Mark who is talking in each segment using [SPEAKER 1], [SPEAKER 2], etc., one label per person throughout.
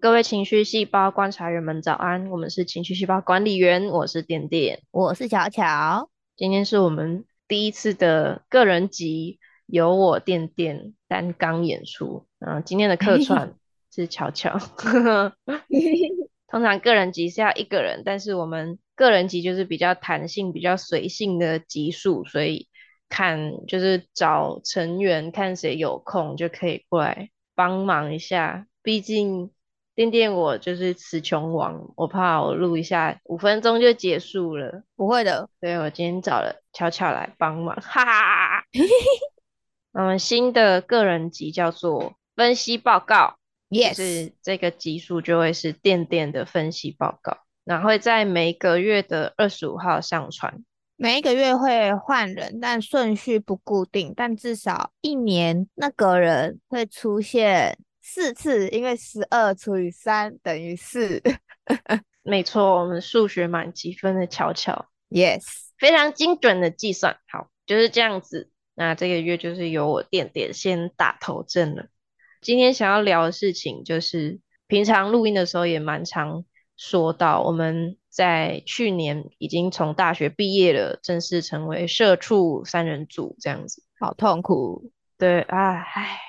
[SPEAKER 1] 各位情绪细胞观察员们，早安！我们是情绪细胞管理员，我是点点。
[SPEAKER 2] 我是巧巧，
[SPEAKER 1] 今天是我们第一次的个人集，由我点点单纲演出。嗯，今天的客串是巧巧。通常个人集是要一个人，但是我们个人集就是比较弹性、比较随性的集数，所以看就是找成员看谁有空就可以过来帮忙一下。毕竟店店我就是词穷王，我怕我录一下五分钟就结束了，
[SPEAKER 2] 不会的，
[SPEAKER 1] 所以我今天找了巧巧来帮忙，哈哈。我们新的个人集叫做分析报告。就
[SPEAKER 2] yes，
[SPEAKER 1] 是这个集数就会是店店的分析报告，然后会在每个月的二十五号上传。
[SPEAKER 2] 每一个月会换人，但顺序不固定，但至少一年那个人会出现四次，因为十二除以三等于四
[SPEAKER 1] 没错，我们数学满积分的巧巧，
[SPEAKER 2] ，yes，
[SPEAKER 1] 非常精准的计算。好，就是这样子。那这个月就是由我店店先打头阵了。今天想要聊的事情就是，平常录音的时候也蛮常说到，我们在去年已经从大学毕业了，正式成为社畜三人组这样子。
[SPEAKER 2] 好痛苦，
[SPEAKER 1] 对啊，唉，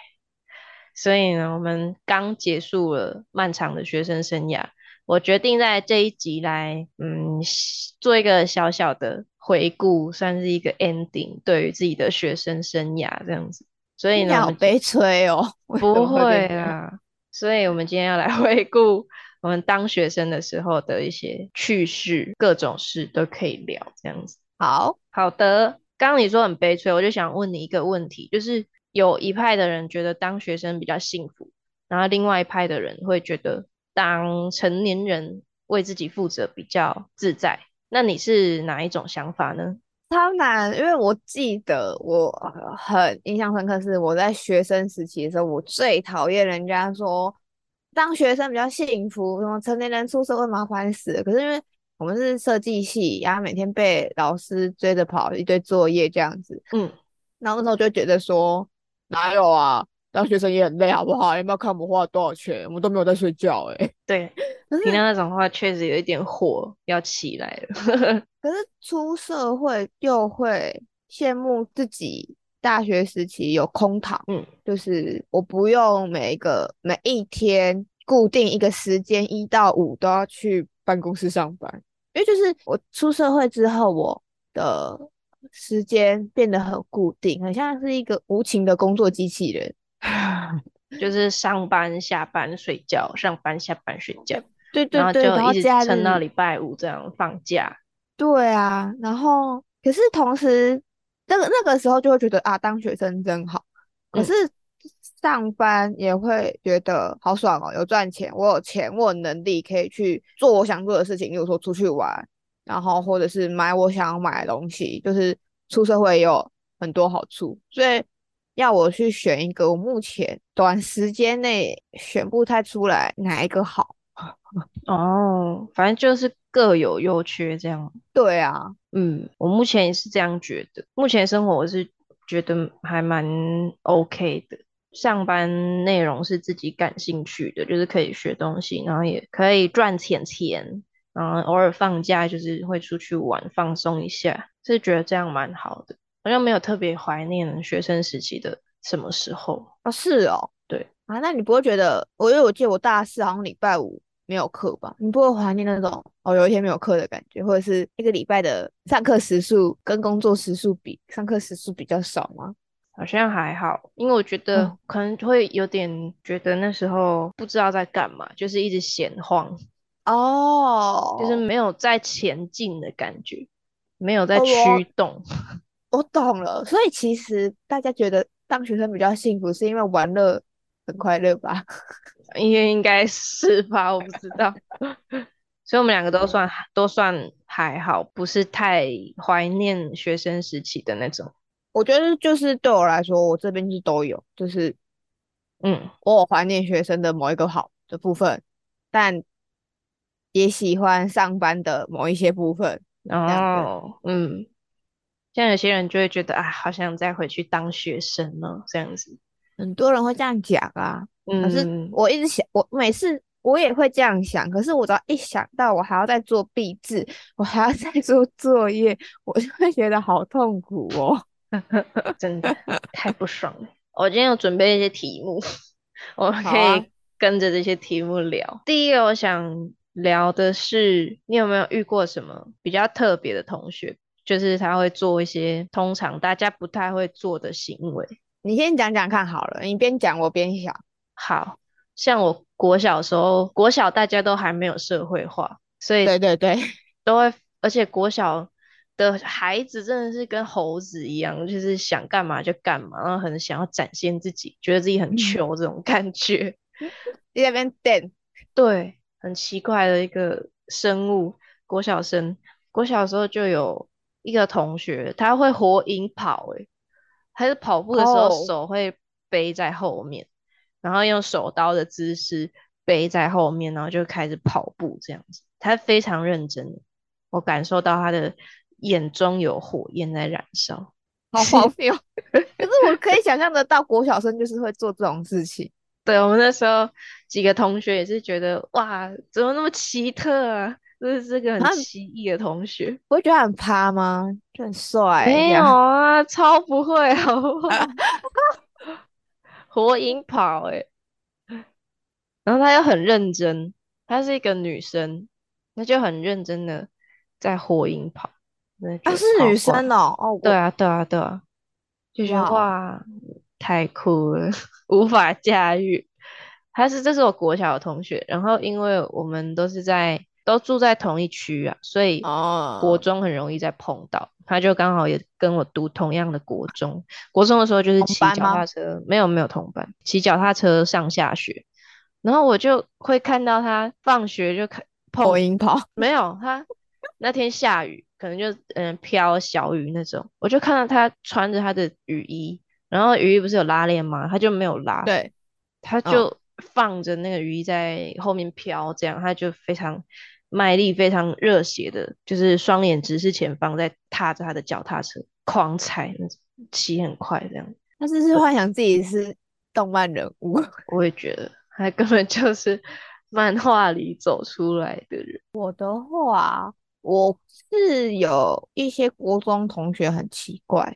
[SPEAKER 1] 所以呢，我们刚结束了漫长的学生生涯，我决定在这一集来，嗯，小做一个小小的回顾，算是一个 ending，对于自己的学生生涯这样子。所以
[SPEAKER 2] 你
[SPEAKER 1] 呢，我
[SPEAKER 2] 好
[SPEAKER 1] 们
[SPEAKER 2] 悲催哦，为什
[SPEAKER 1] 不
[SPEAKER 2] 么变
[SPEAKER 1] 会
[SPEAKER 2] 这样，
[SPEAKER 1] 啦，所以我们今天要来 回顾我们当学生的时候的一些趣事，各种事都可以聊这样子。
[SPEAKER 2] 好，
[SPEAKER 1] 好的，刚刚你说很悲催，我就想问你一个问题，就是有一派的人觉得当学生比较幸福，然后另外一派的人会觉得当成年人为自己负责比较自在。那你是哪一种想法呢？
[SPEAKER 2] 超难，因为我记得我呃很印象深刻，是我在学生时期的时候，我最讨厌人家说当学生比较幸福，什么成年人出社会麻烦死了。可是因为我们是设计系，然后每天被老师追着跑一堆作业这样子，
[SPEAKER 1] 嗯，
[SPEAKER 2] 然后那时候就觉得说哪有啊，当学生也很累好不好？有没有看我们花了多少钱？我们都没有在睡觉哎、
[SPEAKER 1] 对，
[SPEAKER 2] 可是
[SPEAKER 1] 听到那种话确实有一点火要起来了。
[SPEAKER 2] 可是出社会又会羡慕自己大学时期有空堂，
[SPEAKER 1] 嗯，
[SPEAKER 2] 就是我不用每一个每一天固定一个时间一到五都要去办公室上班，因为就是我出社会之后，我的时间变得很固定，很像是一个无情的工作机 器人。
[SPEAKER 1] 就是上班、下班、睡觉，上班、下班、睡觉，
[SPEAKER 2] 对对
[SPEAKER 1] 然后
[SPEAKER 2] 对，然
[SPEAKER 1] 就
[SPEAKER 2] 后
[SPEAKER 1] 一直
[SPEAKER 2] 假
[SPEAKER 1] 撑到
[SPEAKER 2] 日
[SPEAKER 1] 礼拜五这样放假。
[SPEAKER 2] 对啊，然后可是同时，那个那个时候就会觉得啊，当学生真好。可
[SPEAKER 1] 嗯
[SPEAKER 2] 是上班也会觉得好爽哦，有赚钱，我有钱，我有能力可以去做我想做的事情，例如说出去玩，然后或者是买我想要买的东西，就是出社会也有很多好处。所以要我去选一个，我目前短时间内选不太出来哪一个好。
[SPEAKER 1] 哦，反正就是各有优缺这样。
[SPEAKER 2] 对啊，
[SPEAKER 1] 嗯，我目前也是这样觉得。目前生活我是觉得还蛮 OK 的，上班内容是自己感兴趣的，就是可以学东西，然后也可以赚钱钱，然后偶尔放假就是会出去玩放松一下，是觉得这样蛮好的。好像没有特别怀念学生时期的什么时候。
[SPEAKER 2] 啊是哦。
[SPEAKER 1] 对
[SPEAKER 2] 啊，那你不会觉得？我因为我记得我大四好像礼拜五没有课吧，你不会怀念那种哦有一天没有课的感觉，或者是一个礼拜的上课时数跟工作时数比，上课时数比较少吗？
[SPEAKER 1] 好像还好，因为我觉得
[SPEAKER 2] 嗯
[SPEAKER 1] 可能会有点觉得那时候不知道在干嘛，就是一直闲晃，
[SPEAKER 2] 哦，
[SPEAKER 1] 就是没有在前进的感觉，没有在
[SPEAKER 2] 哦我
[SPEAKER 1] 驱动。
[SPEAKER 2] 我懂了，所以其实大家觉得当学生比较幸福，是因为玩乐很快乐吧？
[SPEAKER 1] 应应该是吧，我不知道。 所以我们两个都算都算还好，不是太怀念学生时期的那种。
[SPEAKER 2] 我觉得就是对我来说，我这边就是都有，就是
[SPEAKER 1] 嗯，
[SPEAKER 2] 我有怀念学生的某一个好的部分，但也喜欢上班的某一些部分。样子
[SPEAKER 1] 哦，嗯，像有些人就会觉得啊，好想再回去当学哦生呢，这样子。
[SPEAKER 2] 很多人会这样讲啊，可是
[SPEAKER 1] 嗯，
[SPEAKER 2] 我一直想，我每次我也会这样想，可是我只要一想到我还要再做毕制，我还要再做作业，我就会觉得好痛苦哦。
[SPEAKER 1] 真的太不爽了。 我今天有准备一些题目，我们
[SPEAKER 2] 好
[SPEAKER 1] 可
[SPEAKER 2] 啊
[SPEAKER 1] 以跟着这些题目聊。第一个我想聊的是，你有没有遇过什么比较特别的同学？就是他会做一些通常大家不太会做的行为。
[SPEAKER 2] 你先讲讲看好了，你边讲我边想。
[SPEAKER 1] 好像我国小的时候，国小大家都还没有社会化，所以
[SPEAKER 2] 对对对，
[SPEAKER 1] 都会，而且国小的孩子真的是跟猴子一样，就是想干嘛就干嘛，然后很想要展现自己，觉得自己很
[SPEAKER 2] 嗯
[SPEAKER 1] 糗这种感觉。
[SPEAKER 2] 你 在那边等，
[SPEAKER 1] 对，很奇怪的一个生物，国小生。国小的时候就有一个同学，他会火影跑、欸，他是跑步的时候
[SPEAKER 2] 哦
[SPEAKER 1] 手会背在后面，然后用手刀的姿势背在后面，然后就开始跑步这样子。他非常认真，我感受到他的眼中有火焰在燃烧。
[SPEAKER 2] 好荒谬。 可是我可以想象得到，国小生就是会做这种事情。
[SPEAKER 1] 对，我们那时候几个同学也是觉得，哇，怎么那么奇特啊？就是这个
[SPEAKER 2] 啊
[SPEAKER 1] 很奇异的同学。
[SPEAKER 2] 不会觉得他很趴吗？就很帅这
[SPEAKER 1] 没有
[SPEAKER 2] 样，
[SPEAKER 1] 啊，超不会，好不 好？火影跑哎、然后她又很认真，她是一个女生，她就很认真的在火影跑。那觉
[SPEAKER 2] 啊
[SPEAKER 1] 得
[SPEAKER 2] 是
[SPEAKER 1] 超
[SPEAKER 2] 女
[SPEAKER 1] 怪
[SPEAKER 2] 生哦，哦我
[SPEAKER 1] 对啊，对啊，对啊，就觉得
[SPEAKER 2] 哇哦
[SPEAKER 1] 哇，太酷了， 无法驾驭。他是，这是我国小的同学，然后因为我们都是在都住在同一区啊，所以国
[SPEAKER 2] 哦，
[SPEAKER 1] 中很容易再碰到。他就刚好也跟我读同样的国中，国中的时候就是
[SPEAKER 2] 同
[SPEAKER 1] 骑
[SPEAKER 2] 班
[SPEAKER 1] 脚
[SPEAKER 2] 吗
[SPEAKER 1] 踏车，没有没有同班，骑脚踏车上下学，然后我就会看到他放学就看碰
[SPEAKER 2] 火影跑，
[SPEAKER 1] 没有，他那天下雨，可能就嗯飘小雨那种，我就看到他穿着他的雨衣，然后雨衣不是有拉链吗？他就没有拉，
[SPEAKER 2] 对，
[SPEAKER 1] 他
[SPEAKER 2] 嗯
[SPEAKER 1] 就放着那个雨衣在后面飘，这样他就非常卖力、非常热血的，就是双眼直视前方，在踏着他的脚踏车狂踩那种，骑很快这样。
[SPEAKER 2] 他是不是幻想自己是动漫人物？
[SPEAKER 1] 我也觉得他根本就是漫画里走出来的人。
[SPEAKER 2] 我的话，我是有一些国中同学很奇怪，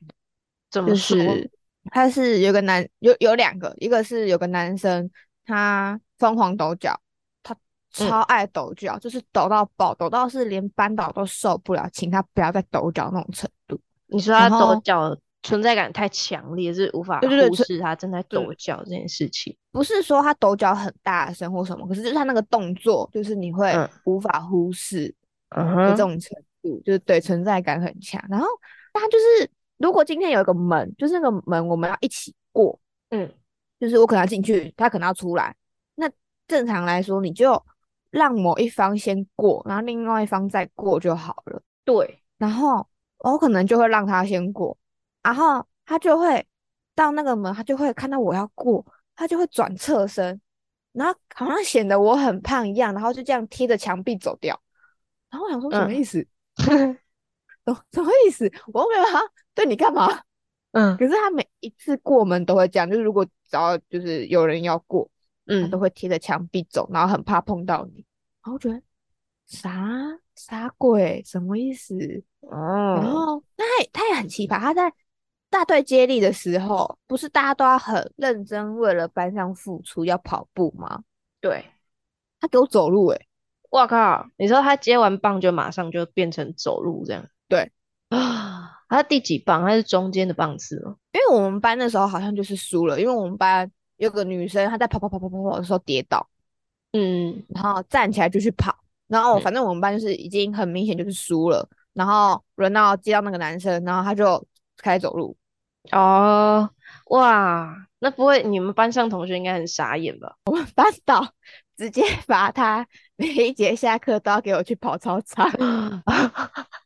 [SPEAKER 1] 怎么
[SPEAKER 2] 就
[SPEAKER 1] 说？
[SPEAKER 2] 是他是有个男，有有两个，一个是有个男生，他疯狂抖脚，他超爱抖脚，就是抖到爆，抖到是连班导都受不了，请他不要再抖脚那种程度。
[SPEAKER 1] 你说他
[SPEAKER 2] 然
[SPEAKER 1] 抖
[SPEAKER 2] 后
[SPEAKER 1] 脚存在感太强烈，是无法
[SPEAKER 2] 对对对
[SPEAKER 1] 忽
[SPEAKER 2] 存
[SPEAKER 1] 视他正在
[SPEAKER 2] 对
[SPEAKER 1] 抖脚这件事情。
[SPEAKER 2] 不是说他抖脚很大声或什么，可是就是他那个动作，就是你会
[SPEAKER 1] 嗯
[SPEAKER 2] 无法忽视。
[SPEAKER 1] 嗯
[SPEAKER 2] 的这
[SPEAKER 1] 哼，
[SPEAKER 2] 种程度，就是对存在感很强。然后他就是，如果今天有一个门，就是那个门我们要一起过，
[SPEAKER 1] 嗯，
[SPEAKER 2] 就是我可能要进去，他可能要出来。那正常来说，你就让某一方先过，然后另外一方再过就好了。
[SPEAKER 1] 对，
[SPEAKER 2] 然后我可能就会让他先过，然后他就会到那个门，他就会看到我要过，他就会转侧身，然后好像显得我很胖一样，然后就这样贴着墙壁走掉。然后我想说什么
[SPEAKER 1] 嗯
[SPEAKER 2] 意思？什么什么意思？我又没有要啊对你干嘛？
[SPEAKER 1] 嗯
[SPEAKER 2] 可是他每一次过门都会这样，就是如果只要就是有人要过，他
[SPEAKER 1] 嗯，
[SPEAKER 2] 都会贴着墙壁走，然后很怕碰到你。然后我觉得啥啥鬼？什么意思？然
[SPEAKER 1] 哦，
[SPEAKER 2] 后他也他也很奇葩，他在大队接力的时候，不是大家都要很认真为了班上付出，要跑步吗？
[SPEAKER 1] 对，
[SPEAKER 2] 他给我走路欸诶、
[SPEAKER 1] 我靠，你说他接完棒就马上就变成走路这样？
[SPEAKER 2] 对
[SPEAKER 1] 啊，他第几棒？他是中间的棒次吗？
[SPEAKER 2] 因为我们班那时候好像就是输了，因为我们班有个女生她在跑跑跑跑跑跑的时候跌倒，
[SPEAKER 1] 嗯，
[SPEAKER 2] 然后站起来就去跑，然后
[SPEAKER 1] 嗯
[SPEAKER 2] 反正我们班就是已经很明显就是输了，然后轮到接到那个男生，然后他就开始走路，
[SPEAKER 1] 哦，哇，那不会你们班上同学应该很傻眼吧？
[SPEAKER 2] 班导直接 罚他每一节下课都要给我去跑操场。
[SPEAKER 1] 嗯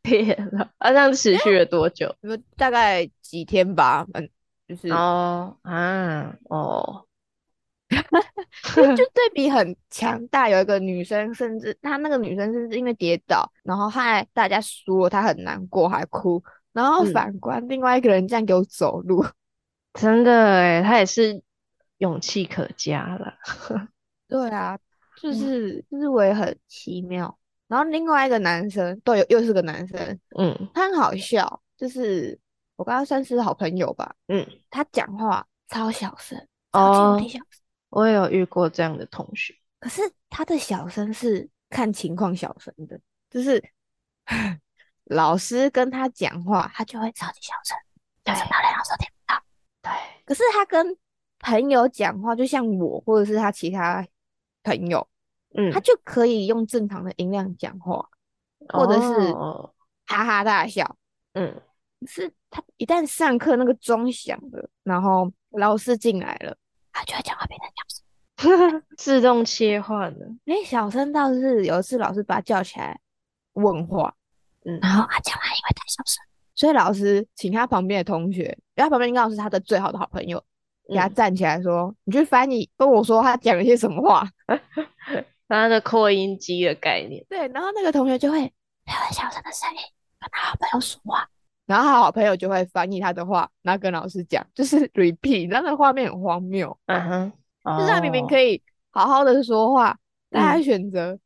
[SPEAKER 1] 天哪，啊，这样持续了多久？
[SPEAKER 2] 就大概几天吧，嗯，就是
[SPEAKER 1] 哦啊，哦，
[SPEAKER 2] 就就对比很强大。有一个女生，甚至她那个女生甚至因为跌倒，然后害大家输了，她很难过，还哭。然后
[SPEAKER 1] 嗯
[SPEAKER 2] 反观另外一个人这样给我走路，
[SPEAKER 1] 欸真的诶，他也是勇气可嘉了。
[SPEAKER 2] 对啊，就
[SPEAKER 1] 嗯
[SPEAKER 2] 是就是我也很奇妙。然后另外一个男生，对，又是个男生，
[SPEAKER 1] 嗯
[SPEAKER 2] 他很好笑，就是我跟他算是好朋友吧，
[SPEAKER 1] 嗯，
[SPEAKER 2] 他讲话超小声，超级无
[SPEAKER 1] 哦
[SPEAKER 2] 敌小声，
[SPEAKER 1] 我也有遇过这样的同学，
[SPEAKER 2] 可是他的小声是看情况小声的，就是 老师跟他讲话，他就会超级小声，小声
[SPEAKER 1] 对
[SPEAKER 2] 到连老师都听不到。
[SPEAKER 1] 对，
[SPEAKER 2] 可是他跟朋友讲话，就像我或者是他其他朋友，
[SPEAKER 1] 嗯，
[SPEAKER 2] 他就可以用正常的音量讲话，或者是
[SPEAKER 1] 哦
[SPEAKER 2] 哈哈大笑。
[SPEAKER 1] 嗯
[SPEAKER 2] 可是他一旦上课那个钟响了，然后老师进来了，他就会讲话变成小声。
[SPEAKER 1] 自动切换的，嗯
[SPEAKER 2] 哎，小声倒是有一次老师把他叫起来问话，
[SPEAKER 1] 嗯
[SPEAKER 2] 然后他讲话因为太小声，所以老师请他旁边的同学，因为他旁边刚好是他的最好的好朋友，给他
[SPEAKER 1] 嗯
[SPEAKER 2] 站起来说：“你去翻译，跟我说他讲了些什么话。
[SPEAKER 1] 他的扩音机的概念”，
[SPEAKER 2] 对，然后那个同学就会很小声的声音跟他好朋友说话，然后他好朋友就会翻译他的话，然后跟老师讲，就是 repeat，那个画面很荒谬，
[SPEAKER 1] 嗯哼，
[SPEAKER 2] 就是他明明
[SPEAKER 1] 以，
[SPEAKER 2] 可以好好的说话，但他
[SPEAKER 1] 嗯
[SPEAKER 2] 选择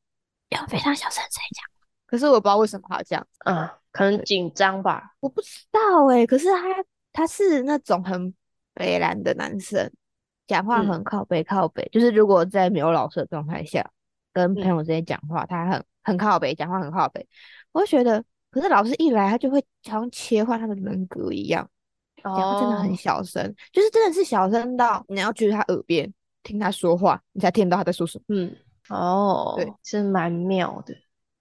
[SPEAKER 2] 用非常小声的声音讲。可是我不知道为什么他这样。
[SPEAKER 1] 啊，可能紧张吧，
[SPEAKER 2] 我不知道哎、可是他他是那种很北蓝的男生，讲话
[SPEAKER 1] 嗯
[SPEAKER 2] 很靠北靠北，就是如果在没有老师的状态下跟朋
[SPEAKER 1] 嗯
[SPEAKER 2] 友之间讲话，他很很靠北，讲话很靠北，我就觉得，可是老师一来，他就会好像切换他的人格一样，讲话真的很
[SPEAKER 1] 哦
[SPEAKER 2] 小声，就是真的是小声到你要去他耳边听他说话，你才听得到他在说什么。
[SPEAKER 1] 嗯，哦，
[SPEAKER 2] 对，
[SPEAKER 1] 是蛮妙的。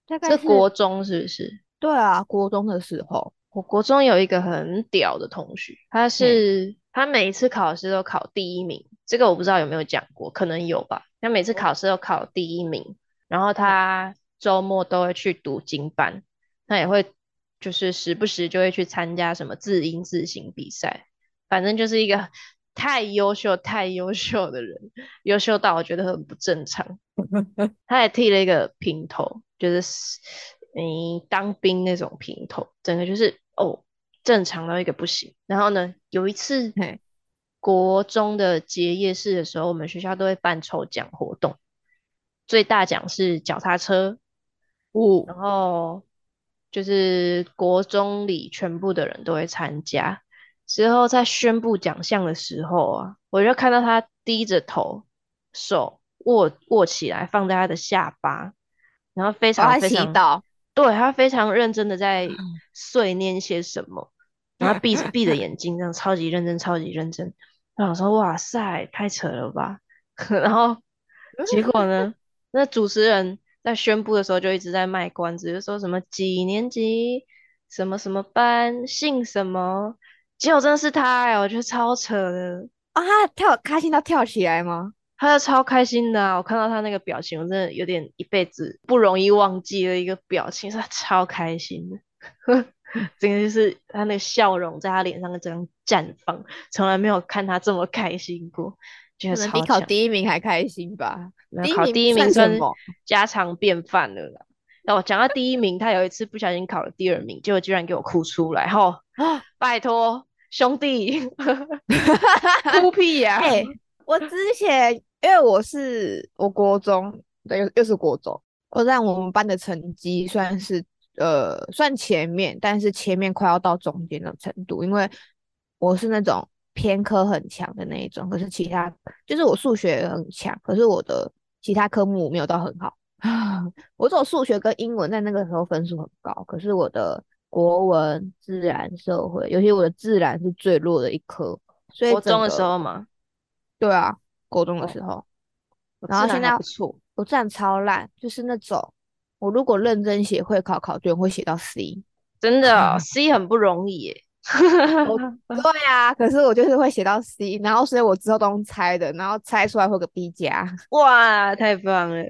[SPEAKER 2] 大概
[SPEAKER 1] 这
[SPEAKER 2] 是
[SPEAKER 1] 国中是不是？
[SPEAKER 2] 对啊，国中的时候，
[SPEAKER 1] 我国中有一个很屌的同学，他是他每一次考试都考第一名，这个我不知道有没有讲过，可能有吧。他每次考试都考第一名，然后他周末都会去读经班，他也会就是时不时就会去参加什么字音字形比赛，反正就是一个 太优秀、太优秀的人，优秀到我觉得很不正常。他还剃了一个平头，就是嗯当兵那种平头，整个就是哦正常到一个不行。然后呢，有一次
[SPEAKER 2] 嘿
[SPEAKER 1] 国中的结业式的时候，我们学校都会办抽奖活动，最大奖是脚踏车，
[SPEAKER 2] 五
[SPEAKER 1] 然后就是国中里全部的人都会参加。之后在宣布奖项的时候啊，我就看到他低着头，手握握起来放在他的下巴，然后非常
[SPEAKER 2] 他
[SPEAKER 1] 非
[SPEAKER 2] 祈
[SPEAKER 1] 常
[SPEAKER 2] 祷，
[SPEAKER 1] 对他非常认真的在碎念些什么，然后闭着闭着眼睛，这样超级认真，超级认真。我想说，哇塞，太扯了吧！ 然后 结
[SPEAKER 2] 啊
[SPEAKER 1] 果呢， 那主持人在宣布的时候就一直在卖关子，就说什么几年级，什么什么班，姓什么。结果真的是他哎、我觉得超扯的，
[SPEAKER 2] 啊，他跳开心到跳起来吗？
[SPEAKER 1] 他就超开心的啊、我看到他那个表情，我真的有点一辈子不容易忘记的一个表情，是他超开心的， 整个就是他那个笑容在他脸上就这样绽放，从来没有看他这么开心过，觉得
[SPEAKER 2] 可能比
[SPEAKER 1] 超
[SPEAKER 2] 考
[SPEAKER 1] 强。
[SPEAKER 2] 第一名还开心吧？
[SPEAKER 1] 那
[SPEAKER 2] 第一
[SPEAKER 1] 考
[SPEAKER 2] 名
[SPEAKER 1] 第一名
[SPEAKER 2] 算
[SPEAKER 1] 算
[SPEAKER 2] 什么
[SPEAKER 1] 家常便饭了啦。那我讲到第一名，他有一次不小心考了第二名，结果居然给我哭出来，吼！
[SPEAKER 2] 啊！
[SPEAKER 1] 拜托兄 弟，哭屁呀、
[SPEAKER 2] 哎、我之前因为我是我国中，对，又又是国中，我让我们班的成绩算是呃算前面，但是前面快要到中间的程度，因为我是那种偏科很强的那一种，可是其他就是我数学很强，可是我的其他科目没有到很好。 我只有数学跟英文在那个时候分数很高，可是我的国文、自然、社会，尤其我的自然是最弱的一科，所以
[SPEAKER 1] 国
[SPEAKER 2] 整
[SPEAKER 1] 中的时
[SPEAKER 2] 个
[SPEAKER 1] 候嘛，
[SPEAKER 2] 对啊，国中
[SPEAKER 1] 哦
[SPEAKER 2] 的时候，
[SPEAKER 1] 我
[SPEAKER 2] 然后
[SPEAKER 1] 自
[SPEAKER 2] 现
[SPEAKER 1] 然还
[SPEAKER 2] 在
[SPEAKER 1] 不错，
[SPEAKER 2] 我自然超烂，就是那种我如果认真写会考考卷会写到 C。
[SPEAKER 1] 真的
[SPEAKER 2] 嗯
[SPEAKER 1] 哦、C 很不容易耶。
[SPEAKER 2] 对啊，可是我就是会写到 C，然后所以我之后都用猜的，然后猜出来会有个 B 加，
[SPEAKER 1] 哇，太棒了！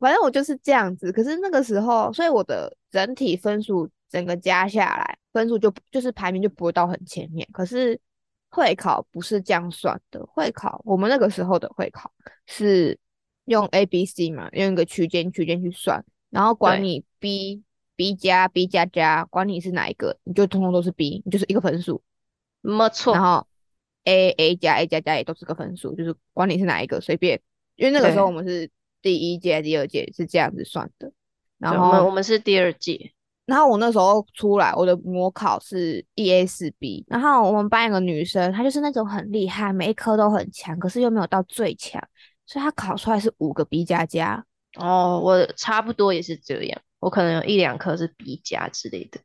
[SPEAKER 2] 反正我就是这样子。可是那个时候，所以我的整体分数整个加下来，分数就不就是排名就不会到很前面。可是会考不是这样算的，会考我们那个时候的会考是用 A、B、C 嘛，用一个区间区间去算，然后管
[SPEAKER 1] 对
[SPEAKER 2] 你 B、B 加、B 加加，管你是哪一个，你就通通都是 B，你就是一个分数。
[SPEAKER 1] 没
[SPEAKER 2] 然
[SPEAKER 1] 错，
[SPEAKER 2] 后 A A 加 A 加加也都是个分数，就是管你是哪一个，随便，因为那个时
[SPEAKER 1] 对
[SPEAKER 2] 候我们是第一届、第二届是这样子算的。然
[SPEAKER 1] 对我们我
[SPEAKER 2] 后，
[SPEAKER 1] 们是第二届，
[SPEAKER 2] 然后我那时候出来，我的模考是 EA 四 B。然后我们班有个女生，她就是那种很厉害，每一科都很强，可是又没有到最强，所以她考出来是五个 B 加加。
[SPEAKER 1] 哦，我差不多也是这样，我可能有一两科是 B 加之类的，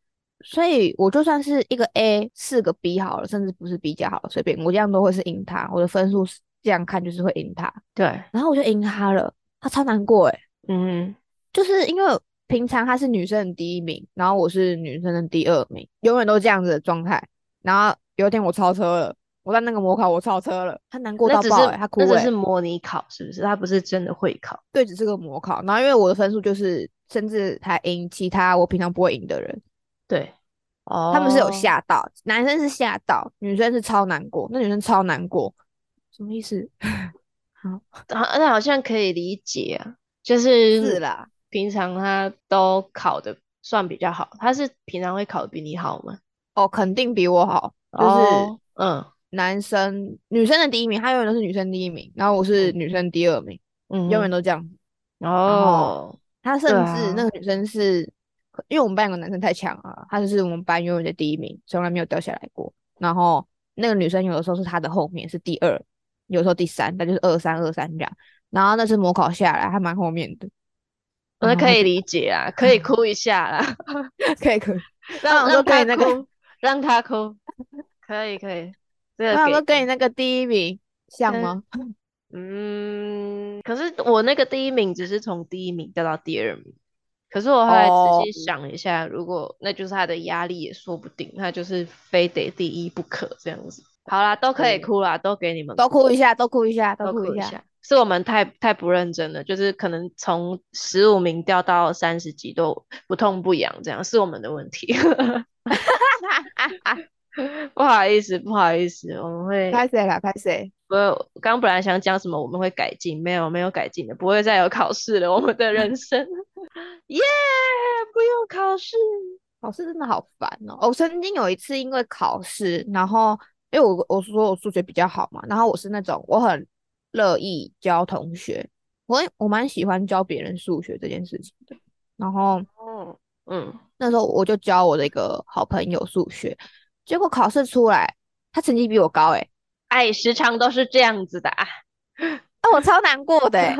[SPEAKER 2] 所以我就算是一个 A 四个 B 好了，甚至不是 B 加好了，随便我这样都会是赢她。我的分数是这样看就是会赢她。
[SPEAKER 1] 对，
[SPEAKER 2] 然后我就赢她了，她超难过诶、欸
[SPEAKER 1] 嗯，
[SPEAKER 2] 就是因为平常她是女生的第一名，然后我是女生的第二名，永远都这样子的状态。然后有一天我超车了，我在那个模考我超车了，她难过
[SPEAKER 1] 那
[SPEAKER 2] 到
[SPEAKER 1] 只
[SPEAKER 2] 爆、
[SPEAKER 1] 是
[SPEAKER 2] 欸，她哭
[SPEAKER 1] 那
[SPEAKER 2] 诶、
[SPEAKER 1] 只是模拟考，是不是？它不是真的会考，
[SPEAKER 2] 对，只是个模考。然后因为我的分数就是，甚至还赢其他我平常不会赢的人，
[SPEAKER 1] 对，哦，
[SPEAKER 2] 他们是有吓到，男生是吓到，女生是超难过，那女生超难过，什么意思？
[SPEAKER 1] 啊，那好像可以理解啊，就是
[SPEAKER 2] 是啦，
[SPEAKER 1] 平常他都考的算比较好，他是平常会考的比你好吗？
[SPEAKER 2] 哦，肯定比我好，就是
[SPEAKER 1] 哦，嗯
[SPEAKER 2] 男生女生的第一名，她永远都是女生第一名，然后我是女生第二名，
[SPEAKER 1] 嗯哼
[SPEAKER 2] 永远都这样。
[SPEAKER 1] 哦，
[SPEAKER 2] 她甚至
[SPEAKER 1] 啊
[SPEAKER 2] 那个女生是，因为我们班有个男生太强了，他就是我们班永远的第一名，从来没有掉下来过。然后那个女生有的时候是她的后面是第二，有时候第三，但就是二三二三这样。然后那次模考下来还蛮后面的，
[SPEAKER 1] 那
[SPEAKER 2] 然后
[SPEAKER 1] 可以理解啊，可以哭一下啦，
[SPEAKER 2] 可以可以。
[SPEAKER 1] 让
[SPEAKER 2] 我
[SPEAKER 1] 让
[SPEAKER 2] 说可
[SPEAKER 1] 他
[SPEAKER 2] 以那个
[SPEAKER 1] 哭，让他哭， 可以可以，这个
[SPEAKER 2] 我想说
[SPEAKER 1] 给
[SPEAKER 2] 跟你 那个第一名像
[SPEAKER 1] 嗯
[SPEAKER 2] 吗？
[SPEAKER 1] 嗯，可是我那个第一名只是从第一名掉到第二名，可是我后来仔
[SPEAKER 2] 哦
[SPEAKER 1] 细想一下，如果那就是他的压力也说不定，他就是非得第一不可这样子。好啦，都可以
[SPEAKER 2] 嗯
[SPEAKER 1] 哭啦，都给你们
[SPEAKER 2] 都哭一下，都哭一下，
[SPEAKER 1] 都
[SPEAKER 2] 都哭
[SPEAKER 1] 一
[SPEAKER 2] 下。，
[SPEAKER 1] 是我们太太不认真了，就是可能从十五名掉到三十几都不痛不痒，这样是我们的问 题， 不好意思，不好意思，我们会
[SPEAKER 2] 拍谁啦？拍谁？
[SPEAKER 1] 我刚本来想讲什么，我们会改进，没有没有改进的，不会再有考试了。我们的人生， 耶、不用考试。
[SPEAKER 2] 考试真的好烦哦！我曾经有一次因为考试，然后因为我我说我数学比较好嘛，然后我是那种我很乐意教同学，我我蛮喜欢教别人数学这件事情的。然后
[SPEAKER 1] 哦，嗯，
[SPEAKER 2] 那时候我就教我的一个好朋友数学，结果考试出来，他成绩比我高诶、欸，
[SPEAKER 1] 哎，时常都是这样子的啊。
[SPEAKER 2] 那、啊我超难过的、欸。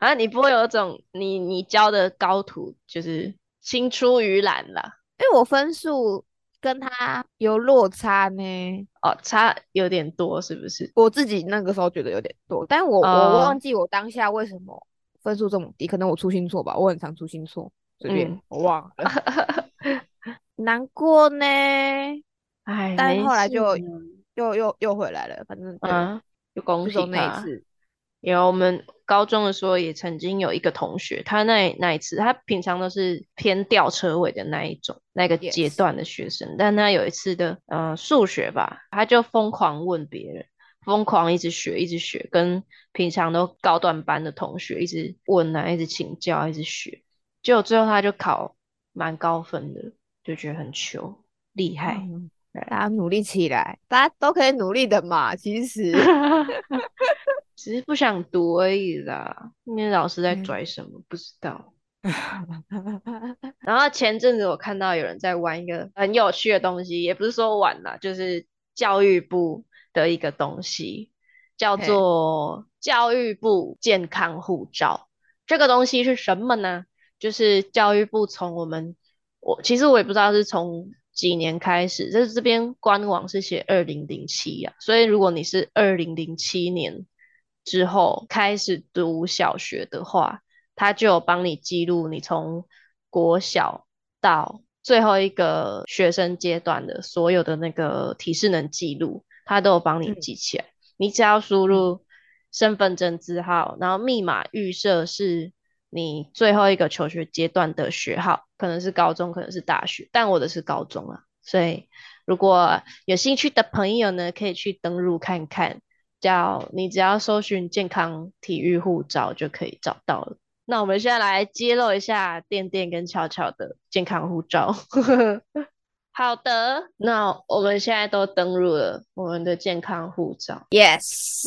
[SPEAKER 1] 啊，你不会有种你你教的高徒就是青出于蓝啦。
[SPEAKER 2] 因为我分数跟他有落差呢，
[SPEAKER 1] 哦，差有点多是不是？
[SPEAKER 2] 我自己那个时候觉得有点多，但我我
[SPEAKER 1] 哦
[SPEAKER 2] 忘记我当下为什么分数这么低，可能我粗心错吧，我很常粗心错，随便、
[SPEAKER 1] 嗯
[SPEAKER 2] 我忘 了，难过呢，
[SPEAKER 1] 哎，
[SPEAKER 2] 但
[SPEAKER 1] 没
[SPEAKER 2] 后来
[SPEAKER 1] 事
[SPEAKER 2] 就
[SPEAKER 1] 啦
[SPEAKER 2] 又又又回来了，反正对，
[SPEAKER 1] 啊，就恭
[SPEAKER 2] 就
[SPEAKER 1] 喜
[SPEAKER 2] 从那
[SPEAKER 1] 他
[SPEAKER 2] 一次，
[SPEAKER 1] 有我们高中的时候也曾经有一个同学，他那那一次，他平常都是偏吊车尾的那一种那个阶
[SPEAKER 2] Yes
[SPEAKER 1] 段的学生，但他有一次的呃数学吧，他就疯狂问别人，疯狂一直学一直学，跟平常都高段班的同学一直问啊，一直请教，一直学，结果最后他就考蛮高分的，就觉得很糗，厉害。
[SPEAKER 2] 嗯，
[SPEAKER 1] 哎对
[SPEAKER 2] 大家努力起来，大家都可以努力的嘛，其实
[SPEAKER 1] 只是不想读而已啦，因为老师在
[SPEAKER 2] 嗯
[SPEAKER 1] 拽什么不知道。然后前阵子我看到有人在玩一个很有趣的东西，也不是说玩啦，就是教育部的一个东西，叫
[SPEAKER 2] 嘿
[SPEAKER 1] 做教育部健康护照。这个东西是什么呢？就是教育部从我们，我其实我也不知道是从几年开始，就是这边官网是写二零零七呀，所以如果你是二零零七年之后开始读小学的话，它就有帮你记录你从国小到最后一个学生阶段的所有的那个体适能记录，它都有帮你
[SPEAKER 2] 嗯
[SPEAKER 1] 记起来。你只要输
[SPEAKER 2] 嗯
[SPEAKER 1] 入身份证字号，然后密码预设是你最后一个求学阶段的学号，可能是高中，可能是大学，但我的是高中啊，所以如果有兴趣的朋友呢，可以去登录看看，叫你只要搜寻健康体育护照就可以找到了。那我们现在来揭露一下电电跟巧巧的健康护照。 好的，那我们现在都登录了我们的健康护照。
[SPEAKER 2] ，yes，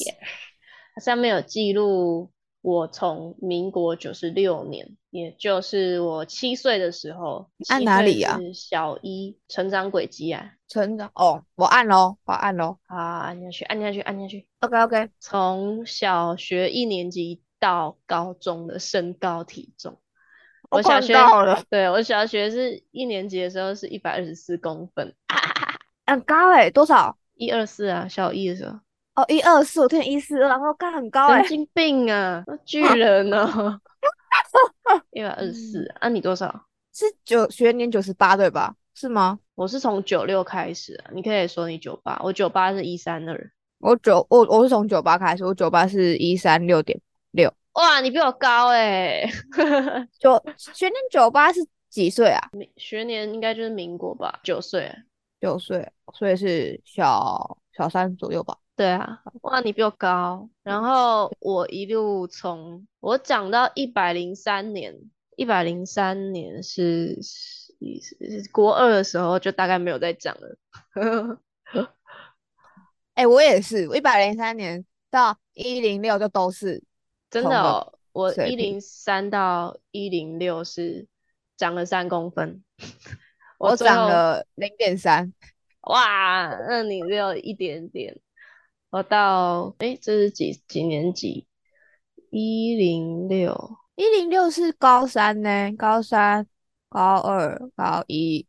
[SPEAKER 1] 它上面有记录我从民国九十六年，也就是我七岁的时候，
[SPEAKER 2] 按
[SPEAKER 1] 七
[SPEAKER 2] 哪
[SPEAKER 1] 岁
[SPEAKER 2] 里啊
[SPEAKER 1] 是小一成长轨迹啊，
[SPEAKER 2] 成长哦，我按喽，我按喽。
[SPEAKER 1] 好，按下去，按下去，按下去，
[SPEAKER 2] OK OK，
[SPEAKER 1] 从小学一年级到高中的身高体重。我小
[SPEAKER 2] 看
[SPEAKER 1] 学
[SPEAKER 2] 到啊了，
[SPEAKER 1] 对，我小学是一年级的时候是一百二十四公分，
[SPEAKER 2] 很高哎、多少？
[SPEAKER 1] 一二四啊，小一的时候，
[SPEAKER 2] 哦，一二四，我听一四二，然后刚很高哎、
[SPEAKER 1] 神经病啊，那 巨人哦，一百二十四，
[SPEAKER 2] 嗯
[SPEAKER 1] 啊，你多少？
[SPEAKER 2] 是九学年九十八对吧？是吗？
[SPEAKER 1] 我是从九六开始啊，你可以说你九八，我九八是一三二，
[SPEAKER 2] 我九我我是从九八开始，我九八是一三六点
[SPEAKER 1] 哇，你比我高哎、
[SPEAKER 2] 九，学年九八是几岁啊？
[SPEAKER 1] 学年应该就是民国吧，九岁啊，
[SPEAKER 2] 九岁，所以是小小三左右吧。
[SPEAKER 1] 对啊，哇，你比我高，然后我一路从我长到一百零三年，一百零三年是是是国二的时候就大概没有再长了，
[SPEAKER 2] 哎、我也是，我一百零三年到一零六就都是
[SPEAKER 1] 真
[SPEAKER 2] 同
[SPEAKER 1] 的
[SPEAKER 2] 个
[SPEAKER 1] 哦，我
[SPEAKER 2] 水
[SPEAKER 1] 一零
[SPEAKER 2] 平
[SPEAKER 1] 三到一零六是长了三公分，
[SPEAKER 2] 我
[SPEAKER 1] 最
[SPEAKER 2] 长
[SPEAKER 1] 后
[SPEAKER 2] 了零点三，
[SPEAKER 1] 哇，那你只有一点点。我到，诶，这是几几年级？一零六，
[SPEAKER 2] 一零六是高三呢，高三、高二、高一、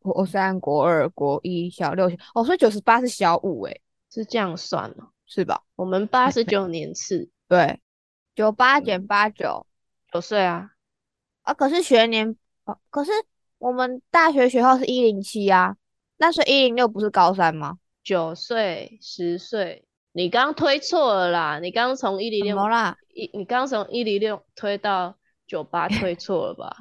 [SPEAKER 2] 国三、国二、国一、小六，哦，所以九十八是小五，哎，
[SPEAKER 1] 是这样算哦。
[SPEAKER 2] 是吧？
[SPEAKER 1] 我们八十九年次，
[SPEAKER 2] 对，九八
[SPEAKER 1] 嗯
[SPEAKER 2] 减八九
[SPEAKER 1] 九岁啊，
[SPEAKER 2] 啊，可是学年，啊可是我们大学学号是一零七啊，那所以一零六不是高三吗？
[SPEAKER 1] 九岁，十岁。你刚推错了啦，你刚从一零
[SPEAKER 2] 怎
[SPEAKER 1] 六
[SPEAKER 2] 么啦？
[SPEAKER 1] 一，你刚从一零六推到九 八，推错了吧？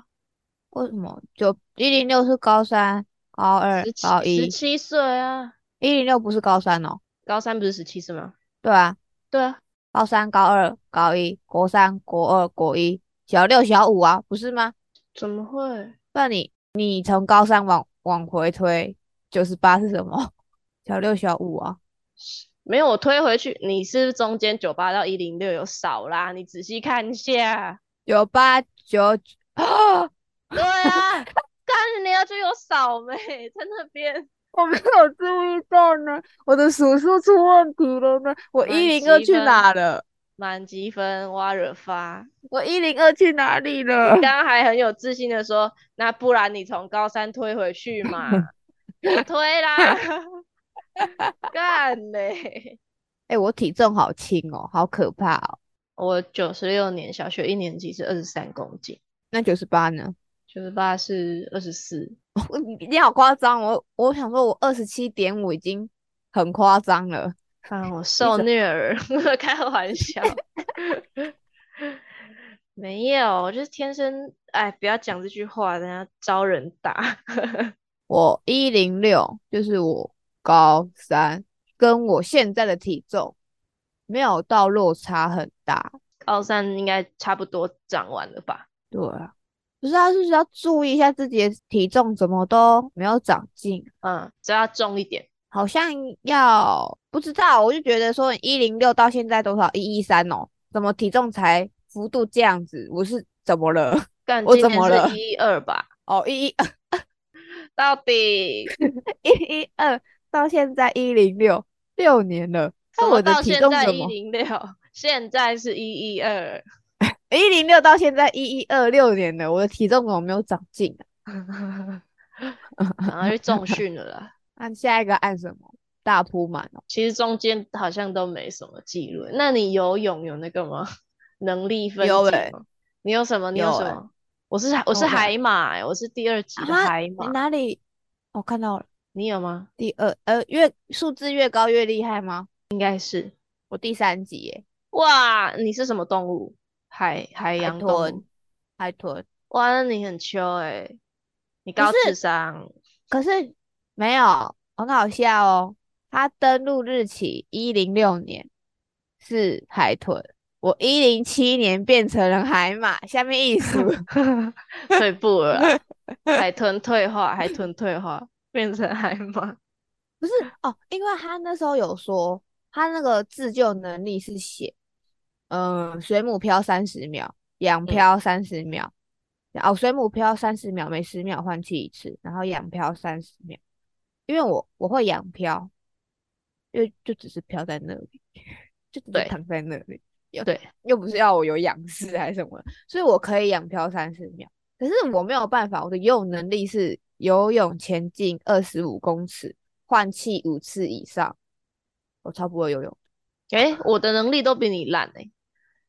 [SPEAKER 2] 为什么九一零六是高三、高二
[SPEAKER 1] 十、七
[SPEAKER 2] 高
[SPEAKER 1] 十
[SPEAKER 2] 一，
[SPEAKER 1] 七岁啊，
[SPEAKER 2] 一零六不是高三哦？
[SPEAKER 1] 高三不是十七岁吗？
[SPEAKER 2] 对啊，
[SPEAKER 1] 对啊，
[SPEAKER 2] 高三、高二、高一、国三、国二、国一、小六、小五啊，不是吗？
[SPEAKER 1] 怎么会？
[SPEAKER 2] 那你你从高三往往回推，九十八是什么？ 小六、小五啊？
[SPEAKER 1] 没有，我推回去，你是不是中间九八到一零六有少啦？你仔细看一下。
[SPEAKER 2] 九八九 九啊！
[SPEAKER 1] 对 啊，看你要就有少没，在那边
[SPEAKER 2] 我没有注意到呢，我的数数出问题了呢。我
[SPEAKER 1] 满
[SPEAKER 2] 一零二
[SPEAKER 1] 积
[SPEAKER 2] 去
[SPEAKER 1] 分
[SPEAKER 2] 哪了？
[SPEAKER 1] 满积分挖惹 发。
[SPEAKER 2] 我一零二去哪里
[SPEAKER 1] 你
[SPEAKER 2] 了
[SPEAKER 1] 刚？刚还很有自信的说，那不然你从高三推回去 嘛？我推啦，干嘞！
[SPEAKER 2] 哎、我体重好轻哦，好可怕哦。
[SPEAKER 1] 我九十六年小学一年级是二十三公斤，
[SPEAKER 2] 那九十八呢？
[SPEAKER 1] 九十八是二十四，
[SPEAKER 2] 我你你好夸张哦，我我想说，我二十七点五已经很夸张了。
[SPEAKER 1] 啊，我受
[SPEAKER 2] 怎
[SPEAKER 1] 虐儿， 开玩笑， 没有，我就是天生，哎，不要讲这句话，等下招人打。
[SPEAKER 2] 我一零六，就是我高三跟我现在的体重没有到落差很大。
[SPEAKER 1] 高三应该差不多长完了吧？
[SPEAKER 2] 对啊，不是啊，就是要注意一下自己的体重怎么都没有长进，
[SPEAKER 1] 嗯，只要重一点，
[SPEAKER 2] 好像要不知道，我就觉得说一零六到现在多少一一三哦，怎么体重才幅度这样子？我是怎么了？
[SPEAKER 1] 干，
[SPEAKER 2] 我
[SPEAKER 1] 今
[SPEAKER 2] 怎
[SPEAKER 1] 年
[SPEAKER 2] 么
[SPEAKER 1] 是
[SPEAKER 2] 了
[SPEAKER 1] 一二吧？
[SPEAKER 2] 哦，一一
[SPEAKER 1] 到底
[SPEAKER 2] 一一二到现在一零六六年了，
[SPEAKER 1] 怎
[SPEAKER 2] 那
[SPEAKER 1] 么
[SPEAKER 2] 我的
[SPEAKER 1] 到
[SPEAKER 2] 体
[SPEAKER 1] 现
[SPEAKER 2] 重
[SPEAKER 1] 在
[SPEAKER 2] 怎
[SPEAKER 1] 一
[SPEAKER 2] 么？
[SPEAKER 1] 零六，现在是一一 二，
[SPEAKER 2] 一零六到现在一一二六年了，我的体重怎么没有长进啊？
[SPEAKER 1] 然后就重训了啦。
[SPEAKER 2] 按下一个按什么？大铺满哦，
[SPEAKER 1] 其实中间好像都没什么记录。那你游泳有那个吗？ 能力分
[SPEAKER 2] 有
[SPEAKER 1] 级
[SPEAKER 2] 欸
[SPEAKER 1] 吗？你有什么？你有
[SPEAKER 2] 有
[SPEAKER 1] 什
[SPEAKER 2] 欸
[SPEAKER 1] 么？我是海我是
[SPEAKER 2] 有欸
[SPEAKER 1] 海马欸，我是第二级的
[SPEAKER 2] 啊
[SPEAKER 1] 海
[SPEAKER 2] 你
[SPEAKER 1] 马，
[SPEAKER 2] 哪里？我、看到了，
[SPEAKER 1] 你有吗？
[SPEAKER 2] 第二呃，越数字越高越厉害吗？
[SPEAKER 1] 应该是。
[SPEAKER 2] 我第三级耶，
[SPEAKER 1] 哇，你是什么动物？海海
[SPEAKER 2] 海
[SPEAKER 1] 洋动物
[SPEAKER 2] 豚，。海豚。
[SPEAKER 1] 哇，那你很秋哎，你
[SPEAKER 2] 可
[SPEAKER 1] 高智
[SPEAKER 2] 是
[SPEAKER 1] 商。
[SPEAKER 2] 可是没有，很好笑哦。它登陆日期一零六年是海豚，我一零七年变成了海马，下面一 数
[SPEAKER 1] 退步了 啦海豚退化，海豚退化，变成海马。
[SPEAKER 2] 不是哦，因为他那时候有说他那个自救能力是写嗯，水母漂三十秒，仰
[SPEAKER 1] 嗯
[SPEAKER 2] 漂三十秒，哦，水母漂三十秒，每十秒换气一次，然后仰漂三十秒，因为我我会仰漂，因为就只是漂在那里， 就只
[SPEAKER 1] 对
[SPEAKER 2] 是躺在那里，又
[SPEAKER 1] 对
[SPEAKER 2] 又不是要我有仰视还是什么，所以我可以仰漂三十秒，可是我没有办法，我的游泳能力是游泳前进二十五公尺，换气五次以上，我超不会游泳。
[SPEAKER 1] 诶，我的能力都比你烂诶，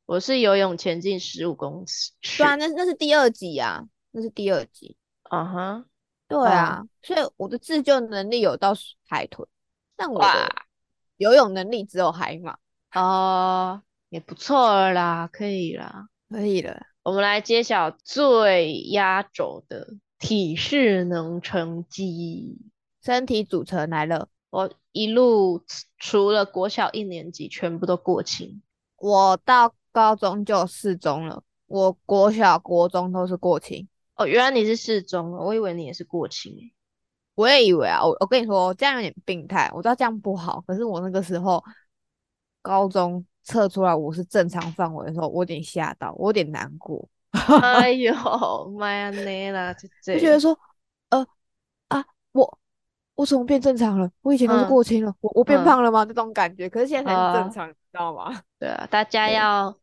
[SPEAKER 1] 我是游泳前进十五公尺
[SPEAKER 2] 对啊，那那是第二集啊，那是第二集。
[SPEAKER 1] 啊哈，
[SPEAKER 2] 对
[SPEAKER 1] 哦
[SPEAKER 2] 啊，所以我的自救能力有到水海豚，但我
[SPEAKER 1] 哇
[SPEAKER 2] 的游泳能力只有海马，
[SPEAKER 1] 哦，也不错了啦，可以啦。
[SPEAKER 2] 可以了。
[SPEAKER 1] 我们来揭晓最压轴的体适能成绩。
[SPEAKER 2] 身体组成来了，
[SPEAKER 1] 我一路除了国小一年级，全部都过清。
[SPEAKER 2] 我到高中就适中了，我国小、国中都是过清。
[SPEAKER 1] 哦，原来你是适中哦，我以为你也是过清 欸。
[SPEAKER 2] 我也以为啊，我我跟你说，这样有点病态，我知道这样不好，可是我那个时候高中测出来我是正常范围的时候，我有点吓到，我有点难过。
[SPEAKER 1] 哎呦，妈呀，你啦，姐
[SPEAKER 2] 就觉得
[SPEAKER 1] 姐，
[SPEAKER 2] 说，呃啊，我我怎么变正常了？我以前都是
[SPEAKER 1] 嗯
[SPEAKER 2] 过轻了，我我变
[SPEAKER 1] 嗯
[SPEAKER 2] 胖了吗？这种感觉，可是现在才是
[SPEAKER 1] 啊
[SPEAKER 2] 正常，你知道吗？
[SPEAKER 1] 对啊，大家
[SPEAKER 2] 对
[SPEAKER 1] 要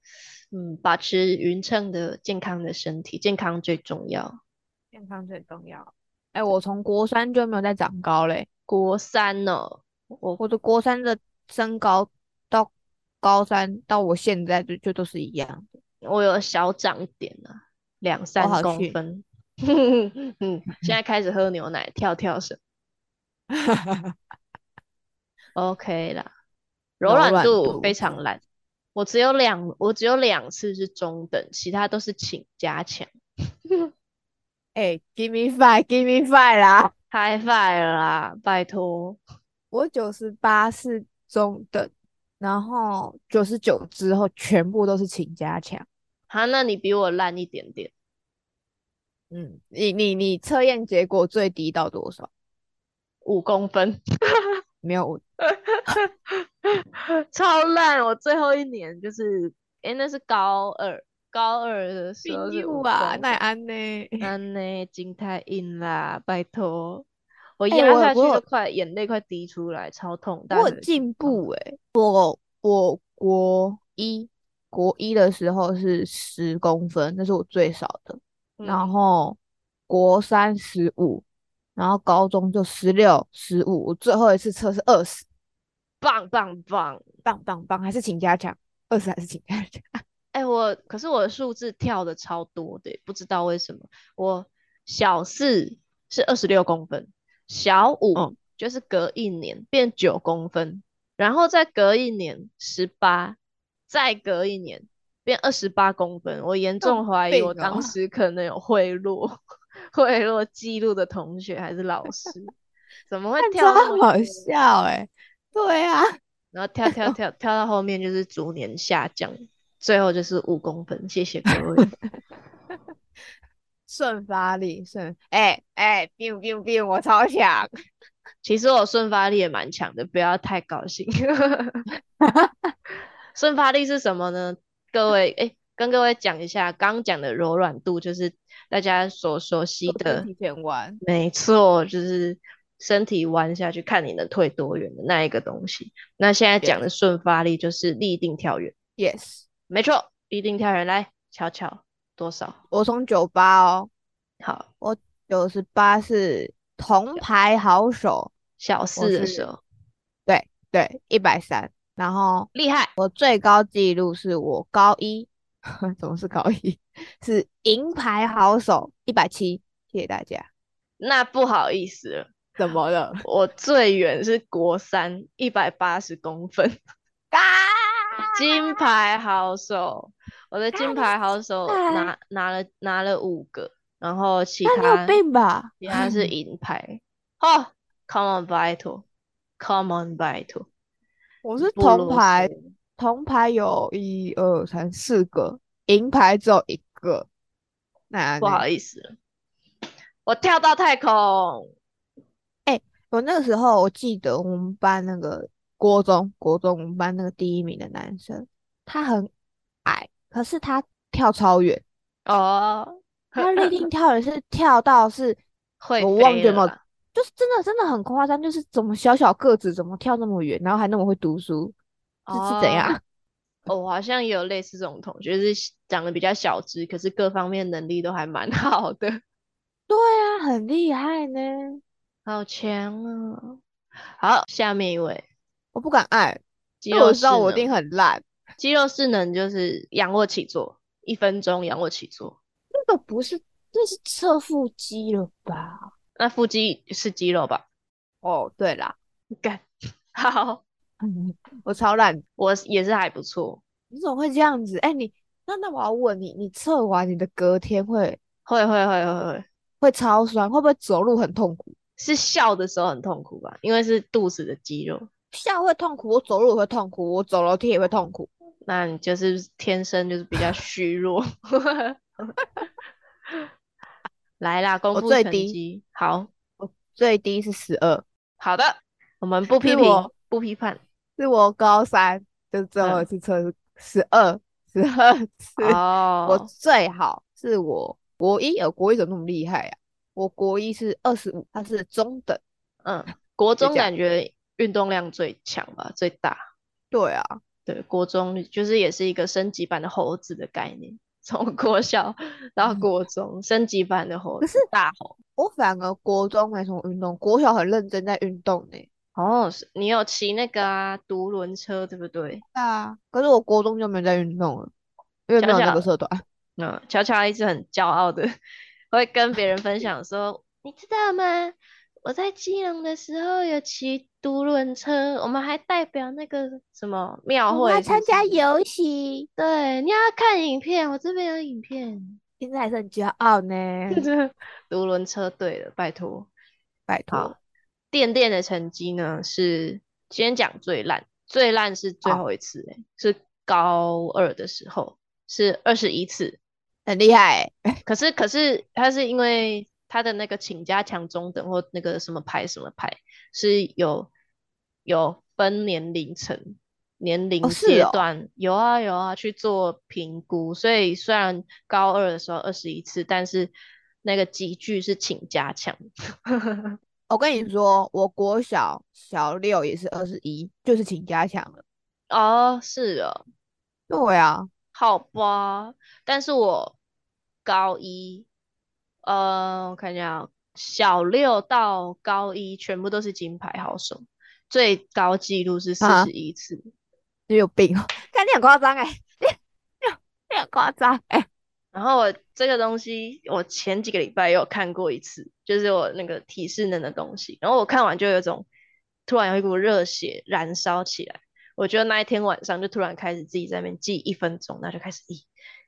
[SPEAKER 1] 嗯保持匀称的健康的身体，健康最重要。
[SPEAKER 2] 健康最重要。哎，我从国三就没有再长高嘞，
[SPEAKER 1] 国三哦，我
[SPEAKER 2] 我的国三的身高到高三到我现在就就都是一 样的。
[SPEAKER 1] 我有小长一点啊，两三
[SPEAKER 2] 好
[SPEAKER 1] 公
[SPEAKER 2] 气
[SPEAKER 1] 分。 嗯，现在开始喝牛奶，跳跳绳。OK 啦，柔
[SPEAKER 2] 柔
[SPEAKER 1] 软
[SPEAKER 2] 软
[SPEAKER 1] 度
[SPEAKER 2] 度
[SPEAKER 1] 非常烂，我只有两，我只有两次是中等，其他都是请加强。
[SPEAKER 2] 哎，give me five，give me five 啦！
[SPEAKER 1] 嗨 i 了啦，拜托。
[SPEAKER 2] 我九十八是中等，然后九十九之后全部都是请加强。
[SPEAKER 1] 好，那你比我烂一点点，
[SPEAKER 2] 嗯，你你你测验结果最低到多少？
[SPEAKER 1] 五公分，
[SPEAKER 2] 没有五，
[SPEAKER 1] 超烂。我最后一年就是，诶，那是高二，高二的时候是五
[SPEAKER 2] 啊，
[SPEAKER 1] 公
[SPEAKER 2] 那
[SPEAKER 1] 分。
[SPEAKER 2] 也安呢？
[SPEAKER 1] 安呢，金太硬啦，拜托，我
[SPEAKER 2] 哎
[SPEAKER 1] 压
[SPEAKER 2] 我
[SPEAKER 1] 下去
[SPEAKER 2] 我
[SPEAKER 1] 都
[SPEAKER 2] 有
[SPEAKER 1] 快眼泪快滴出来，超痛，但
[SPEAKER 2] 我
[SPEAKER 1] 还
[SPEAKER 2] 有
[SPEAKER 1] 是
[SPEAKER 2] 进
[SPEAKER 1] 痛
[SPEAKER 2] 步哎、我我国一国一的时候是十公分，那是我最少的。然
[SPEAKER 1] 嗯
[SPEAKER 2] 后国三十五，然后高中就十六、十五，我最后一次测是二十，
[SPEAKER 1] 棒棒棒！
[SPEAKER 2] 棒棒棒，还是请加强，二十还是请加强？
[SPEAKER 1] 哎、我可是我的数字跳的超多的，不知道为什么。我小四是二十六公分，小五
[SPEAKER 2] 嗯
[SPEAKER 1] 就是隔一年变九公分，然后再隔一年十八，再隔一年变二十八公分。我严
[SPEAKER 2] 这种
[SPEAKER 1] 重怀疑
[SPEAKER 2] 病
[SPEAKER 1] 我当
[SPEAKER 2] 哦
[SPEAKER 1] 时可能有贿赂贿赂记录的同学还是老师，怎么会
[SPEAKER 2] 看
[SPEAKER 1] 跳
[SPEAKER 2] 超
[SPEAKER 1] 那么
[SPEAKER 2] 好
[SPEAKER 1] 多
[SPEAKER 2] 笑哎、对啊，
[SPEAKER 1] 然后跳跳跳跳到后面就是逐年下降，最后就是五公分。谢谢各位。
[SPEAKER 2] 顺发力顺，哎哎，biu biu biu，我超强。
[SPEAKER 1] 其实我顺发力也蛮强的，不要太高兴。顺发力是什么呢？各位，哎，跟各位讲一下，刚讲的柔软度就是大家所熟悉
[SPEAKER 2] 做身
[SPEAKER 1] 的，
[SPEAKER 2] 体前弯，
[SPEAKER 1] 没错，就是身体弯下去看你能退多远的那一个东西。那现在讲的顺发力就是立定跳远，
[SPEAKER 2] yes，
[SPEAKER 1] 没错，立定跳远，来瞧瞧多少？
[SPEAKER 2] 我从九八哦，
[SPEAKER 1] 好，
[SPEAKER 2] 九十八是铜牌好手，
[SPEAKER 1] 小四的时
[SPEAKER 2] 是
[SPEAKER 1] 候。
[SPEAKER 2] 对对，一百三。然后
[SPEAKER 1] 厉害，
[SPEAKER 2] 我最高纪录是我高一， 怎么是高一？是银牌好手一百七，谢谢大家。
[SPEAKER 1] 那不好意思了，
[SPEAKER 2] 怎么 了？
[SPEAKER 1] 我最远是国三一百八十公分，
[SPEAKER 2] 啊！
[SPEAKER 1] 金牌好手，我的金牌好手
[SPEAKER 2] 啊
[SPEAKER 1] 拿拿了拿了五个，然后其
[SPEAKER 2] 那你有嗯
[SPEAKER 1] 他
[SPEAKER 2] 病吧？
[SPEAKER 1] 其他是银牌哦，Come on 拜托，Come on 拜托，
[SPEAKER 2] 我是
[SPEAKER 1] 不
[SPEAKER 2] 铜
[SPEAKER 1] 啰
[SPEAKER 2] 牌啊
[SPEAKER 1] 嗦，
[SPEAKER 2] 铜牌有一二三四个，银牌只有一个。那
[SPEAKER 1] 不好意思了，我跳到太空，
[SPEAKER 2] 我那个时候，我记得我们班那个国中，国中我们班那个第一名的男生，他很矮，可是他跳超 远，
[SPEAKER 1] 哦，
[SPEAKER 2] 他立定跳 远是跳到是
[SPEAKER 1] 会
[SPEAKER 2] 我忘记
[SPEAKER 1] 飞
[SPEAKER 2] 有
[SPEAKER 1] 了
[SPEAKER 2] 没有
[SPEAKER 1] 啦
[SPEAKER 2] 就是真的真的很夸张，就是怎么小小个子怎么跳那么远，然后还那么会读书，这是怎样？
[SPEAKER 1] 哦，我好像也有类似这种同学，是长得比较小只，可是各方面能力都还蛮好的，
[SPEAKER 2] 对啊，很厉害呢，
[SPEAKER 1] 好强啊！好，下面一位，
[SPEAKER 2] 我不敢爱，
[SPEAKER 1] 肌
[SPEAKER 2] 因为我
[SPEAKER 1] 肉
[SPEAKER 2] 知道
[SPEAKER 1] 势
[SPEAKER 2] 我一定
[SPEAKER 1] 能，
[SPEAKER 2] 很烂。
[SPEAKER 1] 肌肉势能就是仰卧起坐，一分钟仰卧起坐。
[SPEAKER 2] 这个不是，这是侧腹肌了吧？
[SPEAKER 1] 那腹肌是肌肉吧？
[SPEAKER 2] 哦，对啦，
[SPEAKER 1] 干，好，
[SPEAKER 2] 啊我超烂，
[SPEAKER 1] 我也是还不错，
[SPEAKER 2] 你怎么会这样子？哎、你那那我要问你，你测完你的隔天会
[SPEAKER 1] 会会会会会，
[SPEAKER 2] 会超酸，会不会走路很痛苦？
[SPEAKER 1] 是笑的时候很痛苦吧？因为是肚子的肌肉，
[SPEAKER 2] 笑会痛苦，我走路也会痛苦，我走楼梯也会痛苦。
[SPEAKER 1] 那你就是天生就是比较虚弱。 来啦，公
[SPEAKER 2] 我
[SPEAKER 1] 布
[SPEAKER 2] 最
[SPEAKER 1] 成
[SPEAKER 2] 低
[SPEAKER 1] 绩，好
[SPEAKER 2] 最低是十二，
[SPEAKER 1] 好的，我们不批
[SPEAKER 2] 是
[SPEAKER 1] 评
[SPEAKER 2] 我，
[SPEAKER 1] 不批判。
[SPEAKER 2] 是我高三就是最后一
[SPEAKER 1] 嗯
[SPEAKER 2] 次测是十二，十二次。 我
[SPEAKER 1] 哦，
[SPEAKER 2] 最好是我国一，呃，国一怎么那么厉害呀、我国一是二十五，它是中等。
[SPEAKER 1] 嗯，国
[SPEAKER 2] 就
[SPEAKER 1] 中
[SPEAKER 2] 这样
[SPEAKER 1] 感觉运动量最强吧，最大。
[SPEAKER 2] 对啊，
[SPEAKER 1] 对，国中就是也是一个升级版的猴子的概念，从国 小到
[SPEAKER 2] 嗯
[SPEAKER 1] 国中，升级版的猴
[SPEAKER 2] 可
[SPEAKER 1] 子，
[SPEAKER 2] 是
[SPEAKER 1] 大猴。
[SPEAKER 2] 我反而国中没什么运动，国小很认真在运动呢、
[SPEAKER 1] 哦，是你有骑那个啊独轮车，对不对？
[SPEAKER 2] 对啊，可是我国中就没在运动了，因为没
[SPEAKER 1] 小
[SPEAKER 2] 有那
[SPEAKER 1] 小
[SPEAKER 2] 个社团。
[SPEAKER 1] 嗯，乔乔一直很骄傲的会跟别人分享说，你知道吗？我在基隆的时候有骑独轮车，我们还代表那个什么庙
[SPEAKER 2] 我
[SPEAKER 1] 会
[SPEAKER 2] 要
[SPEAKER 1] 是
[SPEAKER 2] 哦参
[SPEAKER 1] 不
[SPEAKER 2] 加
[SPEAKER 1] 是
[SPEAKER 2] 游戏，
[SPEAKER 1] 对，你要看影片，我这边有影片。
[SPEAKER 2] 现在还是很骄傲呢。
[SPEAKER 1] 独轮车队的，拜托。
[SPEAKER 2] 拜托
[SPEAKER 1] 好，，电电的成绩呢是先讲最烂，最烂是最
[SPEAKER 2] 好
[SPEAKER 1] 后一次、欸，是高二的时候是二十一次，
[SPEAKER 2] 很厉害欸、
[SPEAKER 1] 可是可是他是因为他的那个请加强中等或那个什么牌什么牌是有有分年龄层。年龄
[SPEAKER 2] 是
[SPEAKER 1] 阶
[SPEAKER 2] 哦
[SPEAKER 1] 段、有啊有啊去做评估，所以虽然高二的时候二十一次，但是那个集聚是请加强，
[SPEAKER 2] 我跟你说，我国小小六也是二十一，就是请加强了。
[SPEAKER 1] 哦是哦，
[SPEAKER 2] 对啊，
[SPEAKER 1] 好吧，但是我高一，呃，我看一下哦，小六到高一全部都是金牌好手，最高纪录是四
[SPEAKER 2] 啊
[SPEAKER 1] 十一次。
[SPEAKER 2] 你有病 哦！看你很夸张哎，你你你很夸张哎。
[SPEAKER 1] 然后我这个东西，我前几个礼拜也有看过一次，就是我那个体适能的东西。然后我看完就有一种突然有一股热血燃烧起来。我觉得那一天晚上就突然开始自己在那边记一分钟，然后就开始一、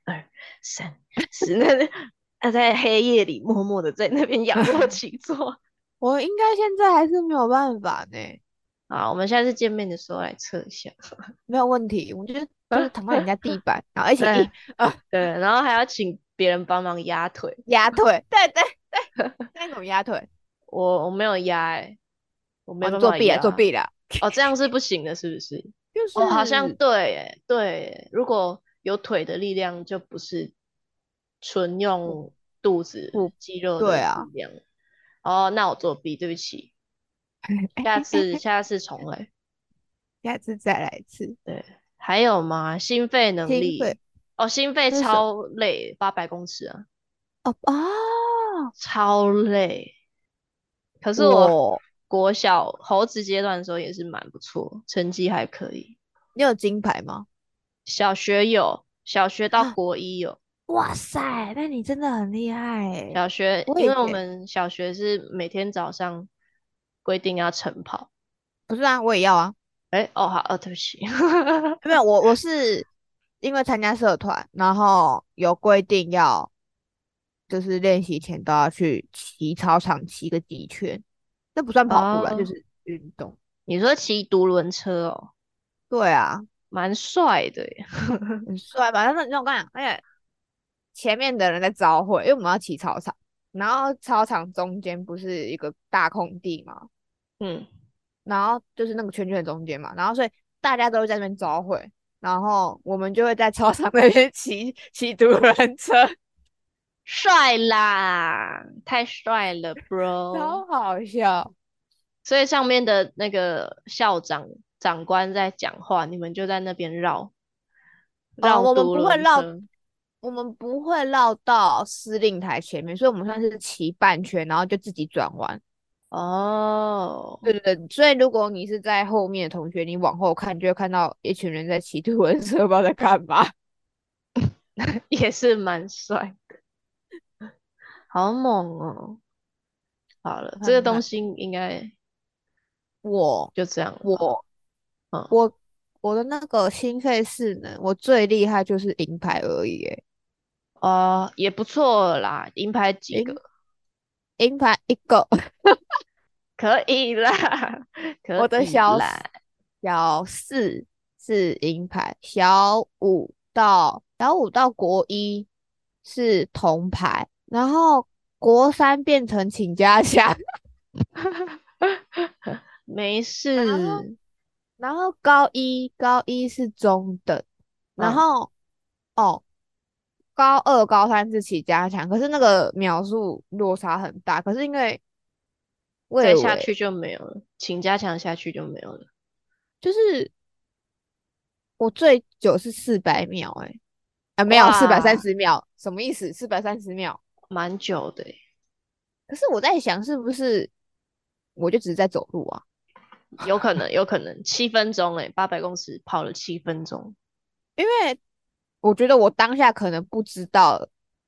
[SPEAKER 1] 二、三、四，那 那那在黑夜里默默的在那边仰卧起坐。
[SPEAKER 2] 我应该现在还是没有办法呢，
[SPEAKER 1] 啊，我们下次见面的时候来测一下。
[SPEAKER 2] 没有问题。我就是就是躺到人家地板，然后一起
[SPEAKER 1] 对
[SPEAKER 2] 一啊
[SPEAKER 1] 对，然后还要请别人帮忙压腿。
[SPEAKER 2] 压 腿，对对 对，那种压腿，
[SPEAKER 1] 我我没有压哎、我没有
[SPEAKER 2] 我
[SPEAKER 1] 办
[SPEAKER 2] 作
[SPEAKER 1] 法
[SPEAKER 2] 弊啊，作
[SPEAKER 1] 压
[SPEAKER 2] 弊啦，
[SPEAKER 1] 哦，这样是不行的，是不是？
[SPEAKER 2] 就是
[SPEAKER 1] 哦，好 像对耶，对耶，如果有腿的力量，就不是纯用肚子
[SPEAKER 2] 嗯不
[SPEAKER 1] 肌肉
[SPEAKER 2] 对
[SPEAKER 1] 的
[SPEAKER 2] 啊
[SPEAKER 1] 力量。哦，那我作弊，对不起，
[SPEAKER 2] 哎
[SPEAKER 1] 下次下次重来。
[SPEAKER 2] 下次再来一次。
[SPEAKER 1] 还有吗？心肺能
[SPEAKER 2] 心
[SPEAKER 1] 力
[SPEAKER 2] 肺
[SPEAKER 1] 哦，心肺
[SPEAKER 2] 这是什
[SPEAKER 1] 超累，八百公尺啊，
[SPEAKER 2] 哦哦，
[SPEAKER 1] 超累。可是我
[SPEAKER 2] 我
[SPEAKER 1] 国小猴子阶段的时候也是蛮不错，成绩还可以。
[SPEAKER 2] 你有金牌吗？
[SPEAKER 1] 小学有，小学到
[SPEAKER 2] 啊
[SPEAKER 1] 国一有。
[SPEAKER 2] 哇塞，那你真的很厉害欸
[SPEAKER 1] 小学，
[SPEAKER 2] 我
[SPEAKER 1] 因
[SPEAKER 2] 也
[SPEAKER 1] 为我
[SPEAKER 2] 觉得
[SPEAKER 1] 们小学是每天早上规定要晨跑。
[SPEAKER 2] 不是啊，我也要 啊，
[SPEAKER 1] 哎，哦，好，哦，对不起，
[SPEAKER 2] 没有我我是因为参加社团，然后有规定要，就是练习前都要去骑操场骑个几圈，那不算跑步了，就
[SPEAKER 1] 哦
[SPEAKER 2] 是运动。
[SPEAKER 1] 你说骑独轮车哦，
[SPEAKER 2] 对啊，
[SPEAKER 1] 蛮帅的耶。嗯
[SPEAKER 2] 很帅吧？啊那那我跟你讲，那个前面的人在招会，因为我们要骑操场，然后操场中间不是一个大空地嘛，
[SPEAKER 1] 嗯，
[SPEAKER 2] 然后就是那个圈圈的中间嘛，然后所以大家都在那边招会，然后我们就会在操场 那边骑骑独轮车，
[SPEAKER 1] 帅啦，太帅 了，bro。
[SPEAKER 2] 超好笑。
[SPEAKER 1] 所以上面的那个校长长官在讲话，你们就在那边绕绕
[SPEAKER 2] 哦，我们
[SPEAKER 1] 独
[SPEAKER 2] 不会
[SPEAKER 1] 轮
[SPEAKER 2] 绕
[SPEAKER 1] 车，
[SPEAKER 2] 我们不会绕到司令台前面，所以我们算是骑半圈，然后就自己转弯。
[SPEAKER 1] 哦，
[SPEAKER 2] 对对对，所以如果你是在后面的同学，你往后看就会看到一群人在骑独轮车，不知道在干嘛。
[SPEAKER 1] 也是蛮帅的，好猛哦！好了，这个
[SPEAKER 2] 很
[SPEAKER 1] 东
[SPEAKER 2] 猛
[SPEAKER 1] 西应该
[SPEAKER 2] 我
[SPEAKER 1] 就这样了吧。
[SPEAKER 2] 我
[SPEAKER 1] 嗯
[SPEAKER 2] 我我的那个心肺势能，我最厉害就是银牌而已耶，
[SPEAKER 1] 哦，也不错啦，银牌几
[SPEAKER 2] 银
[SPEAKER 1] 个
[SPEAKER 2] 银牌一 个。
[SPEAKER 1] 可以 啦，可
[SPEAKER 2] 我的
[SPEAKER 1] 以
[SPEAKER 2] 小四
[SPEAKER 1] 啦。
[SPEAKER 2] 小四是银牌，小五到小五到国一是铜牌，然后国三变成请 家乡，
[SPEAKER 1] 没
[SPEAKER 2] 然
[SPEAKER 1] 事，
[SPEAKER 2] 后然后高一高一是中等，然
[SPEAKER 1] 嗯
[SPEAKER 2] 后哦。高二、高三是起加强，可是那个秒数落差很大。可是因为
[SPEAKER 1] 再
[SPEAKER 2] 魏
[SPEAKER 1] 下
[SPEAKER 2] 伟
[SPEAKER 1] 去就没有了，请加强下去就没有了。
[SPEAKER 2] 就是我最久是四百秒、欸，哎，啊，没有四百三十秒，什么意思？四百三十秒？
[SPEAKER 1] 蛮久的 欸，
[SPEAKER 2] 可是我在想，是不是我就只是在走路啊？
[SPEAKER 1] 有可能，有可能七分钟哎，八百公尺跑了七分钟，
[SPEAKER 2] 因为我觉得我当下可能不知道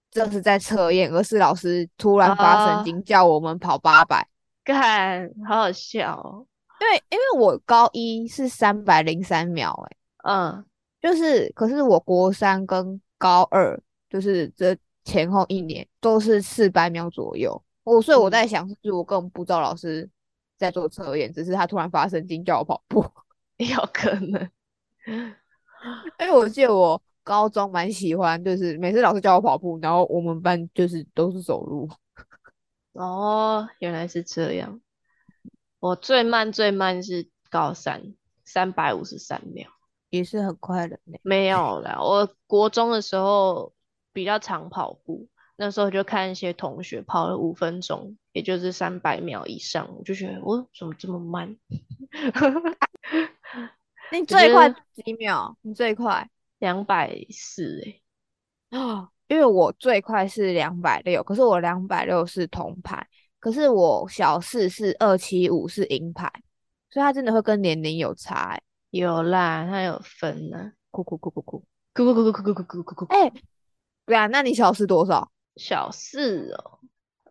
[SPEAKER 2] 这是在测验，而是老师突然发
[SPEAKER 1] 啊
[SPEAKER 2] 神经叫我们跑八百。
[SPEAKER 1] 干，好好笑哦。
[SPEAKER 2] 因为因为我高一是三百零三秒、欸，
[SPEAKER 1] 嗯，
[SPEAKER 2] 就是，可是我国三跟高二，就是这前后一年都是四百秒左右。我所以我
[SPEAKER 1] 嗯
[SPEAKER 2] 在想，是我根本不知道老师在做测验，只是他突然发神经叫我跑步。
[SPEAKER 1] 有可能。
[SPEAKER 2] 因为我记得我高中蛮喜欢，就是每次老师叫我跑步，然后我们班就是都是走路。
[SPEAKER 1] 哦，原来是这样。我最慢最慢是高三，三百五十三秒。
[SPEAKER 2] 也是很快的呢。
[SPEAKER 1] 没有啦，我国中的时候比较常跑步，那时候就看一些同学跑了五分钟，也就是三百秒以上，我就觉得我怎么这么慢？
[SPEAKER 2] 你
[SPEAKER 1] 觉
[SPEAKER 2] 最快
[SPEAKER 1] 得
[SPEAKER 2] 几秒？你最快
[SPEAKER 1] 两百四哎，
[SPEAKER 2] 啊？ 因为我最快是两百六，可是我两百六是铜牌，可是我小四是二七五是银牌，所以它真的会跟年龄有差、欸。
[SPEAKER 1] 有啦，它有分呢、
[SPEAKER 2] 哭哭哭哭哭！
[SPEAKER 1] 咕咕咕咕咕咕咕咕咕咕，
[SPEAKER 2] 哎、对啊，那你小四多少？
[SPEAKER 1] 小四哦，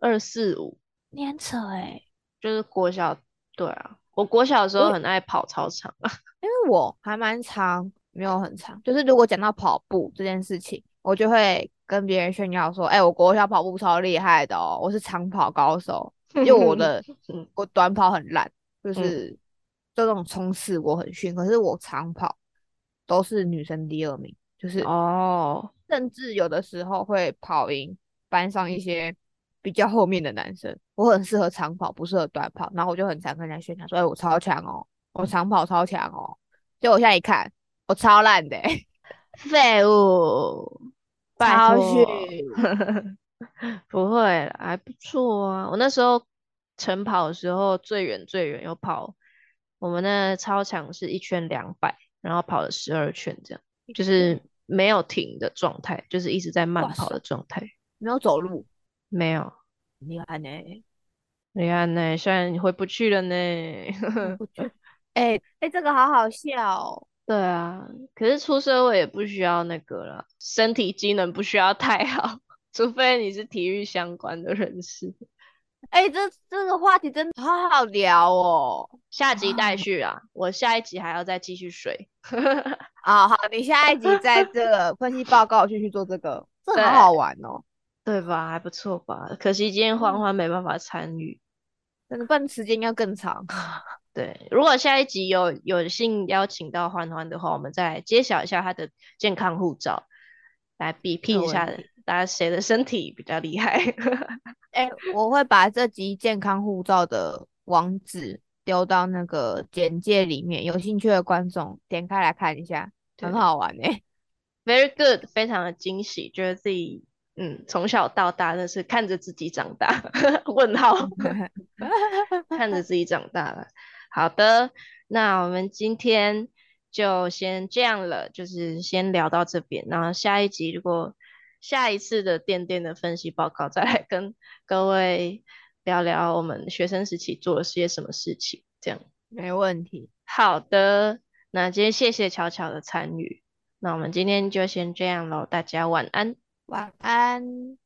[SPEAKER 1] 二四五，
[SPEAKER 2] 你很扯哎、
[SPEAKER 1] 就是国小，对啊，我国小的时候
[SPEAKER 2] 我
[SPEAKER 1] 很爱跑操场。
[SPEAKER 2] 因为我还蛮长，没有很长。就是如果讲到跑步这件事情，我就会跟别人炫耀说：“哎、我国小跑步超厉害的哦，我是长跑高手。”因为我的
[SPEAKER 1] 嗯
[SPEAKER 2] 我短跑很烂，就
[SPEAKER 1] 嗯
[SPEAKER 2] 是这种冲刺我很逊，可是我长跑都是女生第二名，就是
[SPEAKER 1] 哦，
[SPEAKER 2] 甚至有的时候会跑赢班上一些比较后面的男生。我很适合长跑，不适合短跑，然后我就很常跟人家炫耀说：“哎、我超强哦，我长跑超强哦。”结果我现在一看，我超烂 的、欸，
[SPEAKER 1] 废物，拜
[SPEAKER 2] 超逊。
[SPEAKER 1] 托，不会啦，还不错啊。我那时候晨跑的时候，最远最远有跑，我们那操场是一圈两百，然后跑了十二圈，这样就是没有停的状态，就是一直在慢
[SPEAKER 2] 哇
[SPEAKER 1] 跑
[SPEAKER 2] 塞
[SPEAKER 1] 的状态，
[SPEAKER 2] 没有走 路，
[SPEAKER 1] 没有。
[SPEAKER 2] 很厉害呢、
[SPEAKER 1] 你看呢，现在你回不去了呢。
[SPEAKER 2] 我觉得哎哎、这个好好笑哦。
[SPEAKER 1] 对啊，可是出社会也不需要那个了，身体机能不需要太好， 除非你是体育相关的人士。
[SPEAKER 2] 哎、这这个话题真的好好聊哦。
[SPEAKER 1] 下集 待续啊，我下一集还要再继续水。
[SPEAKER 2] 啊、好，你下一集在这个分析报告继续做这个，这好好玩哦。
[SPEAKER 1] 对吧？还不错吧？可惜今天欢欢没办法参与。
[SPEAKER 2] 真的，不然时间应该更长。
[SPEAKER 1] 对，如果下一集有有幸邀请到欢欢的话，我们再来揭晓一下他的健康护照，来比拼
[SPEAKER 2] 没
[SPEAKER 1] 一
[SPEAKER 2] 问
[SPEAKER 1] 下
[SPEAKER 2] 题
[SPEAKER 1] 大家谁的身体比较厉害。
[SPEAKER 2] 哎、我会把这集健康护照的网址丢到那个简介里面，有兴趣的观众点开来看一下。很好玩哎、
[SPEAKER 1] ，very good，非常的惊喜，觉得自己嗯从小到大真是看着自己长大， 问号，看着自己长大了。好的，那我们今天就先这样了，就是先聊到这边，然后下一集如果下一次的电电的分析报告再来跟各位聊聊我们学生时期做了些什么事情，这样。
[SPEAKER 2] 没问题。
[SPEAKER 1] 好的，那今天谢谢巧巧的参与，那我们今天就先这样喽，大家晚安。
[SPEAKER 2] 晚安。